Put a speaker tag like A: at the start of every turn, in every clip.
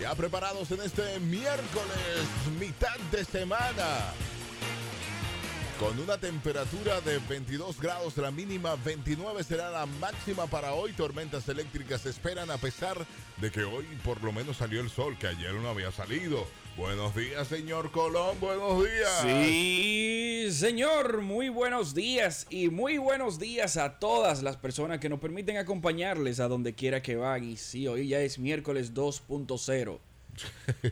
A: Ya preparados en este miércoles, mitad de semana. Con una temperatura de 22 grados, la mínima 29 será la máxima para hoy. Tormentas eléctricas se esperan a pesar de que hoy por lo menos salió el sol, que ayer no había salido. Buenos días, señor Colón, buenos días.
B: Sí, señor, muy buenos días y muy buenos días a todas las personas que nos permiten acompañarles a donde quiera que van. Y sí, hoy ya es miércoles 2.0.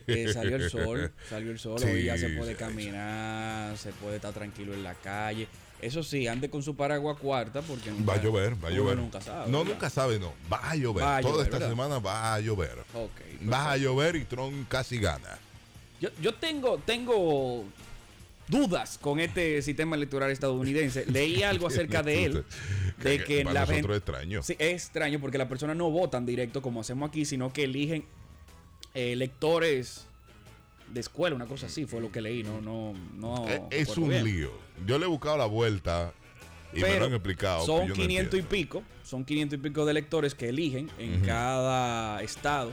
B: Eh, salió el sol, salió el sol,
A: Sí,
B: hoy ya se puede
A: sí,
B: caminar, se puede estar tranquilo en la calle. Eso sí, ande con su paraguas cuarta porque nunca-
A: Va a llover, va a
B: uno
A: llover.
B: nunca sabe.
A: no,
B: ¿verdad?
A: nunca sabe, no. Va a llover.
B: Va a
A: Toda
B: llover,
A: esta
B: ¿verdad?
A: semana va a llover.
B: Ok.
A: Va a llover y Tron casi gana.
B: Yo, yo tengo, tengo dudas con este sistema electoral estadounidense. Leí algo acerca de él, de que
A: Para
B: la
A: nosotros
B: gente-
A: es extraño.
B: Sí, es extraño porque las personas no votan directo como hacemos aquí, sino que eligen eh, electores de escuela, una cosa así, fue lo que leí, no, no, no.
A: Eh, es
B: recuerdo
A: un
B: bien.
A: lío. Yo le he buscado la vuelta y me lo
B: Pero
A: han explicado.
B: Son
A: que yo no
B: 500 y
A: entiendo.
B: pico, son 500 y pico de electores que eligen en cada estado.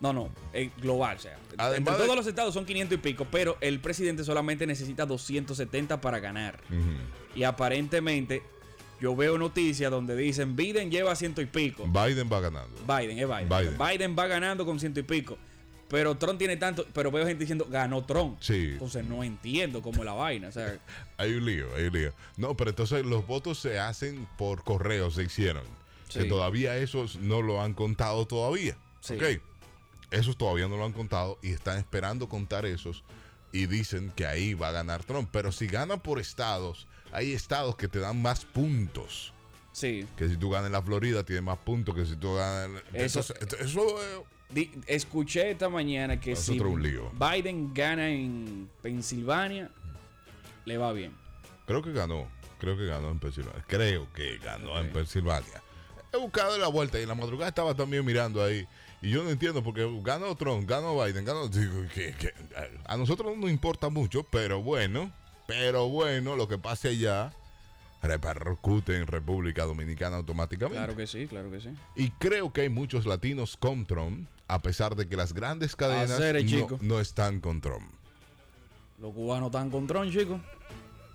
B: No, no, en global, o sea,
A: Además
B: entre
A: de-
B: todos los estados son 500 y pico, pero el presidente solamente necesita 270 para ganar.
A: Ujú.
B: Y aparentemente yo veo noticias donde dicen Biden lleva ciento y pico.
A: Biden va ganando.
B: Biden, es Biden.
A: Biden.
B: Biden. va ganando con ciento y pico. Pero Trump tiene tanto. Pero veo gente diciendo, ganó Trump.
A: Sí.
B: Entonces no entiendo cómo es la vaina. O sea,
A: Hay un lío, hay un lío. No, pero entonces los votos se hacen por correo, se hicieron.
B: Sí.
A: Que todavía esos no lo han contado todavía.
B: Sí.
A: Ok. Esos todavía no lo han contado y están esperando contar esos. Y dicen que ahí va a ganar Trump. Pero si gana por estados, hay estados que te dan más puntos.
B: sí.
A: Que si tú ganas en la Florida, tienes más puntos que si tú ganas. en-
B: Eso-
A: Entonces, ent- eso eh,
B: Di- escuché esta mañana que
A: Es
B: si
A: otro un lío.
B: Biden gana en Pensilvania, le va bien.
A: creo que ganó. Creo que ganó en Pensilvania. Creo que ganó en Pensilvania. He buscado la vuelta y en la madrugada estaba también mirando ahí. Y yo no entiendo porque ganó Trump, ganó Biden, ganó. Digo, que, que- a nosotros no nos importa mucho, pero bueno, pero bueno, lo que pase allá repercute en República Dominicana automáticamente.
B: Claro que sí, claro que sí.
A: Y creo que hay muchos latinos con Trump, a pesar de que las grandes cadenas
B: Hacer, eh,
A: no,
B: chico.
A: no están con Trump.
B: Los cubanos están con Trump, chicos.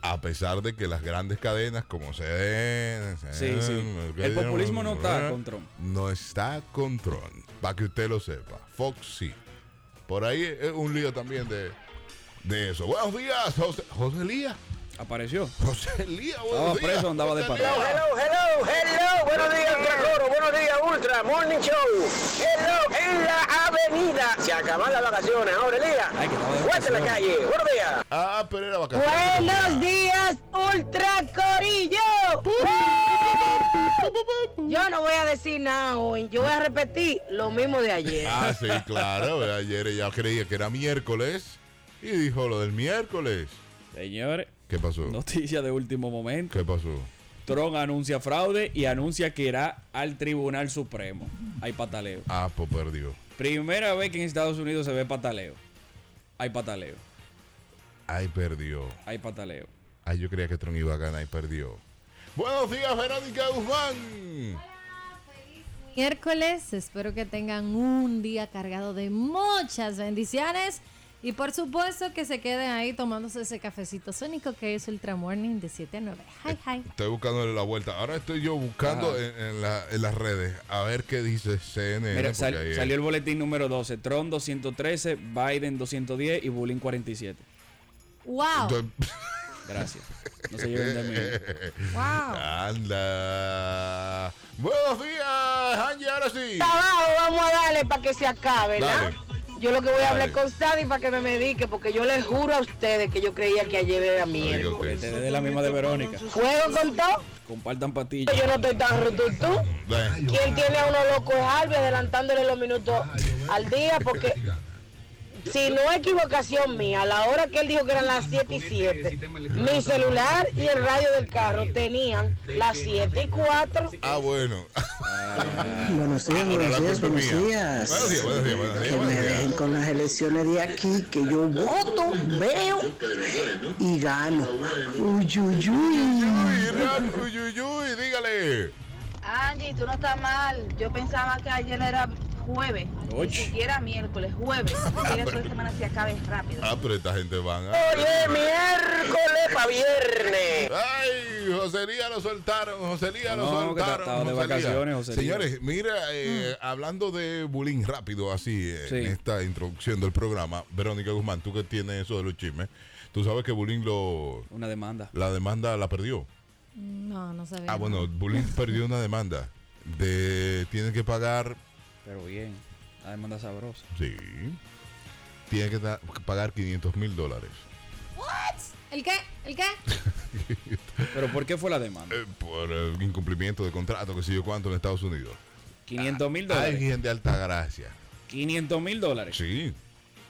A: A pesar de que las grandes cadenas como CDN,
B: Sí, sí. El populismo no está con Trump.
A: No está con Trump, para que usted lo sepa. Fox sí. Por ahí es un lío también de, de eso. Buenos días, José, José Lía.
B: Apareció.
A: José Lía, buenos
B: Estaba
A: días.
B: preso, andaba de
A: José
B: parada.
A: Lía.
C: Hello, hello, hello. Buenos días, Tracoro. Buenos días, Ultra. Morning Show. Hello, en la avenida. Se acaban las vacaciones ahora, Elías.
B: Ay, que estaba de
C: Fuerte en la
B: vacaciones.
C: calle. Buenos días.
A: Ah, pero era vacaciones.
D: Buenos días, Ultra Corillo. Yo no voy a decir nada hoy. Yo voy a repetir lo mismo de ayer.
A: Ah, sí, claro. Ayer ella creía que era miércoles y dijo lo del miércoles.
B: Señores,
A: ¿Qué pasó?
B: noticia de último momento.
A: ¿Qué pasó?
B: Trump anuncia fraude y anuncia que irá al Tribunal Supremo. Hay pataleo.
A: Ah, pues perdió.
B: Primera vez que en Estados Unidos se ve pataleo. Hay pataleo.
A: Ay, perdió.
B: Hay pataleo.
A: Ay, yo creía que Tron iba a ganar y perdió. Buenos días, Verónica Guzmán.
E: miércoles. Espero que tengan un día cargado de muchas bendiciones. Y por supuesto que se queden ahí tomándose ese cafecito sónico que es Ultra Morning de 7 a 9. Hi, hi.
A: Estoy buscándole la vuelta. Ahora estoy yo buscando
B: Ajá.
A: en, en la- en las redes a ver qué dice CNN.
B: Mira, sal-
A: porque ahí es.
B: salió el boletín número 12. Trump 213, Biden 210 y Bullying 47.
E: Wow.
A: Entonces-
B: Gracias. No se lleven de mí.
E: Wow.
A: Anda. Buenos días, Angie, ahora sí.
D: Trabajo, vamos a darle para que se acabe, ¿verdad?
A: Dale.
D: Yo lo que voy a
A: Dale.
D: hablar con Sadie para que me medique, porque yo les juro a ustedes que yo creía que ayer era
A: Oiga
D: mierda.
A: usted.
B: Desde la misma de Verónica.
D: Juego con todo,
B: Compartan patillas.
D: yo no estoy tan rututú.
A: Ven.
D: Quien tiene a uno loco es Alves adelantándole los minutos al día, porque si no es equivocación mía, a la hora que él dijo que eran las 7 y 7, mi celular y el radio del carro tenían las 7 y 4.
A: Ah, bueno.
F: Buenos días,
A: Ahora la
F: buenos días,
A: culpa
F: buenos
A: es mía.
F: días.
A: Buenos días, buenos días, buenos días,
F: Que
A: buenos
F: me
A: días.
F: dejen con las elecciones de aquí, que yo voto, veo y gano. Uy, uy, uy.
A: Uy, Ran, uy, uy, uy, dígale.
G: Angie, tú no estás mal. Yo pensaba que ayer era jueves, ni
B: Oye.
G: siquiera miércoles, jueves. Quiero que esta semana se acabe rápido.
A: Ah, pero esta gente van a...
C: Oye, miércoles para viernes.
A: ¡Ay! Joselía lo soltaron, Joselía lo
B: No, que
A: soltaron.
B: estaba de
A: Joselía.
B: vacaciones, Joselía.
A: Señores, mira, eh,
B: Mm.
A: hablando de bullying rápido, así, eh,
B: Sí.
A: en esta introducción del programa, Verónica Guzmán, tú que tienes eso de los chismes, tú sabes que bullying lo,
B: Una demanda.
A: la demanda la perdió.
E: No, no sabía.
A: Ah, bueno, bullying perdió una demanda de tienen que pagar,
B: Pero bien. La demanda sabrosa.
A: sí, tienen que da- pagar 500 mil dólares.
E: ¿El qué? ¿El qué?
B: Pero ¿por qué fue la demanda?
A: eh, por eh, incumplimiento de contrato, que sé yo cuánto en Estados Unidos.
B: 500 mil dólares.
A: Alguien de alta gracia.
B: 500 mil dólares.
A: Sí.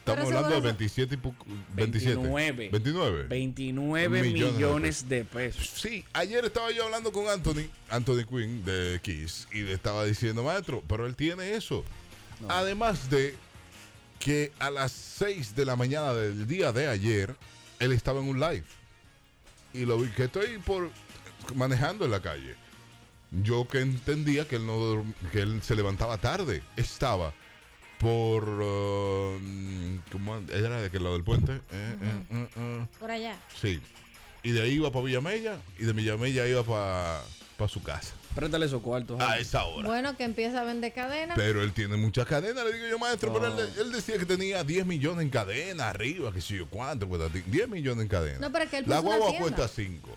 E: Pero
A: Estamos hablando de
E: seguro-
A: 27 y poco- 27.
B: 29.
A: 29.
B: 29
A: Millones de
B: millones de pesos.
A: Sí, ayer estaba yo hablando con Anthony, Anthony Quinn de Kiss, y le estaba diciendo, maestro, pero él tiene eso. Además de que a las 6 de la mañana del día de ayer, él estaba en un live. Y lo vi que estoy por manejando en la calle. Yo que entendía que él, no, dorm- que él se levantaba tarde, estaba por... eh, ¿Cómo era de aquel lado del puente? Eh, eh, eh, eh.
E: Por allá.
A: Sí. Y de ahí iba para Villamella y de Villamella iba para su casa.
B: Préstale esos cuartos.
A: A
B: Javi.
A: esa hora.
E: Bueno, que empieza a vender cadena.
A: Pero él tiene muchas cadenas, le digo yo, maestro, pero
B: No.
A: él, él decía que tenía 10 millones en cadena arriba, que sé yo cuánto, pues, así, 10 millones en cadena.
E: No, pero es que él
A: La
E: puso una
A: guagua
E: tienda.
A: cuesta 5.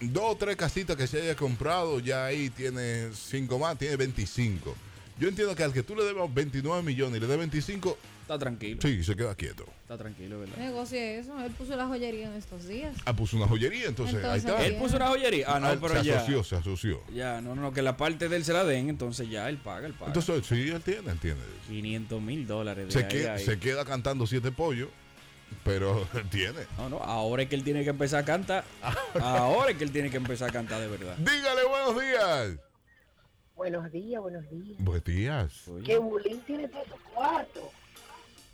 A: Dos o tres casitas que se haya comprado, ya ahí tiene 5 más, tiene 25. Yo entiendo que al que tú le debas 29 millones y le dé 25,
B: Está tranquilo.
A: sí, se queda quieto.
B: Está tranquilo, ¿verdad?
E: Negocio eso. Él puso la joyería en estos días.
A: Ah, puso una joyería, entonces,
E: Entonces,
A: ahí
E: Ah,
B: Él
A: está.
E: bien.
B: puso una joyería. Ah,
A: Ah,
B: no, pero
A: se
B: ya.
A: asoció, se asoció.
B: Ya, no, no, que la parte de él se la den, entonces ya él paga, él paga.
A: Entonces, sí, él tiene, él tiene.
B: 500 mil dólares de
A: Se,
B: ahí
A: que-
B: a ahí.
A: se queda cantando siete pollos, pero él tiene.
B: No, no, ahora es que él tiene que empezar a cantar. Ahora es que él tiene que empezar a cantar de verdad.
A: Dígale buenos días.
D: Buenos días, buenos días.
A: Buenos días.
D: Que Bulín tiene todo su cuarto.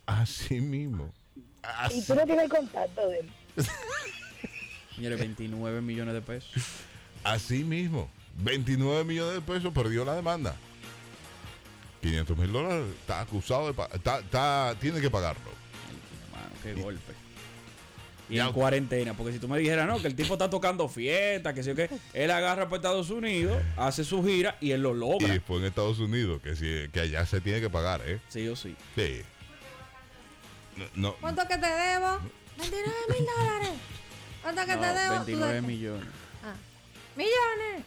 A: Así mismo.
D: Y
A: Así,
D: tú no tienes el contacto de él.
B: Señores, 29 millones de pesos.
A: así mismo. 29 millones de pesos perdió la demanda. 500 mil dólares. Está acusado de. pa- Está, está- tiene que pagarlo.
B: Hermano, qué golpe. Y en cuarentena, porque si tú me dijeras, no, que el tipo está tocando fiesta, que sé yo qué, él agarra para Estados Unidos, hace su gira y él lo
A: Y
B: logra.
A: después en Estados Unidos, que, sí- que allá se tiene que pagar, ¿eh?
B: Sí o sí.
A: Sí. No, no,
E: ¿Cuánto que te debo? 29 mil dólares. ¿Cuánto que
B: No,
E: te debo?
B: 29
E: Tú-
B: millones.
E: Ah. Millones.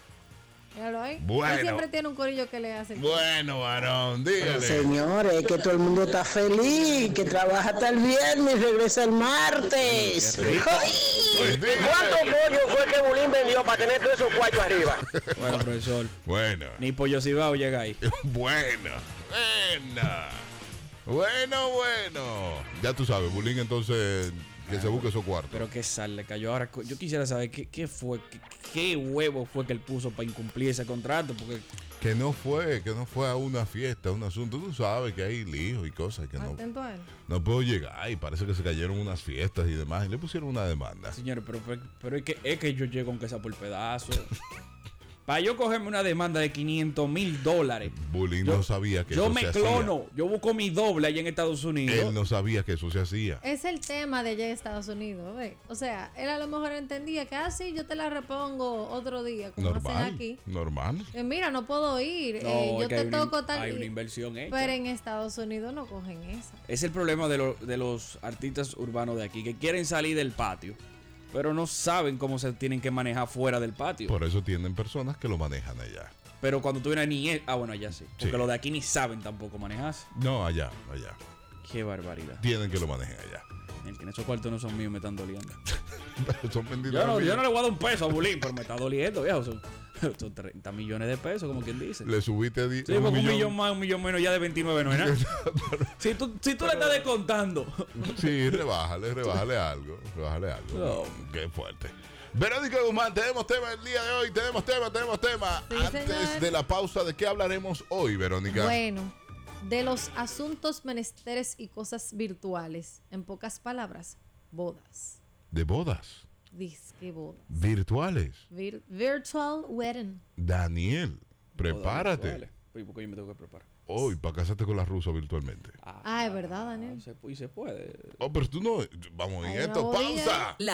E: Míralo ahí.
A: Bueno.
E: Él siempre tiene un corillo que le hace.
A: Bueno, varón, dígale.
F: Señores, que todo el mundo está feliz, que trabaja hasta el viernes y regresa el martes.
A: Pues
C: ¿Cuánto
A: dígale.
C: pollo fue que Bulín vendió para tener todos esos cuartos arriba?
B: Bueno, profesor,
A: Bueno.
B: ni Pollo Cibao llega ahí.
A: Bueno, buena. Bueno, bueno. Ya tú sabes, Bulín, entonces, que se busque su cuarto.
B: Pero qué sal le cayó. Ahora, co- yo quisiera saber qué, qué fue, qué, qué huevo fue que él puso para incumplir ese contrato, porque
A: Que no fue, que no fue a una fiesta, a un asunto. Tú sabes que hay líos y cosas que no,
E: Atento a él.
A: no puedo llegar. Y parece que se cayeron unas fiestas y demás. Y le pusieron una demanda.
B: ah, Señores, pero, pero, pero es, que, es que yo llego aunque sea por pedazos. Para yo cogerme una demanda de 500 mil dólares.
A: Bulín
B: Yo-
A: no sabía que
B: yo
A: eso
B: me
A: se
B: clono. Yo busco mi doble allá en Estados
A: hacía.
B: Unidos.
A: Él Eh, no sabía que eso se hacía.
E: Es el tema de allá de Estados Unidos, ¿ve? O sea, él a lo mejor entendía que así yo te la repongo otro día, como hacen
A: Normal.
E: aquí.
A: Normal.
E: Eh, mira, no puedo ir,
B: No,
E: eh,
B: es
E: yo
B: que
E: te
B: hay una in-
E: toco tal
B: hay
E: y-
B: una inversión hecha.
E: Pero en Estados Unidos no cogen esa.
B: Es el problema de, lo- de los artistas urbanos de aquí, que quieren salir del patio, pero no saben cómo se tienen que manejar fuera del patio.
A: Por eso tienen personas que lo manejan allá.
B: Pero cuando tú eres niñez. Ah, bueno, allá sí. Porque
A: Sí.
B: los de aquí ni saben tampoco manejarse.
A: No, allá, allá.
B: Qué barbaridad.
A: Tienen que lo manejen allá.
B: El que en esos cuartos no son míos me están doliendo.
A: Son 29
B: Yo no, yo
A: millones.
B: no le voy a dar un peso a Bulín, pero me está doliendo, viejo. Son, son 30 millones de pesos, como quien dice.
A: Le subiste di-
B: Sí, porque un millón más, un millón menos, ya de 29 no es nada. si tú, si tú le estás descontando.
A: Sí, rebájale, rebájale algo. Rebájale algo.
B: No.
A: Qué fuerte. Verónica Guzmán, tenemos tema el día de hoy. Tenemos tema, tenemos tema.
E: Sí,
A: Antes
E: señor.
A: de la pausa, ¿de qué hablaremos hoy, Verónica?
E: Bueno, de los asuntos, menesteres y cosas virtuales. En pocas palabras, bodas.
A: De bodas
E: Disque boda.
A: virtuales.
E: Vir- virtual wedding.
A: Daniel, prepárate.
B: virtuales. Oye, porque yo me tengo que preparar.
A: Hoy, para casarte con la rusa virtualmente.
E: Ah, es verdad, Daniel.
B: Se pu- y se puede.
A: Oh, pero tú no. Vamos, en
E: Ahí
A: esto,
E: no voy, ¿eh?
A: pausa.
H: La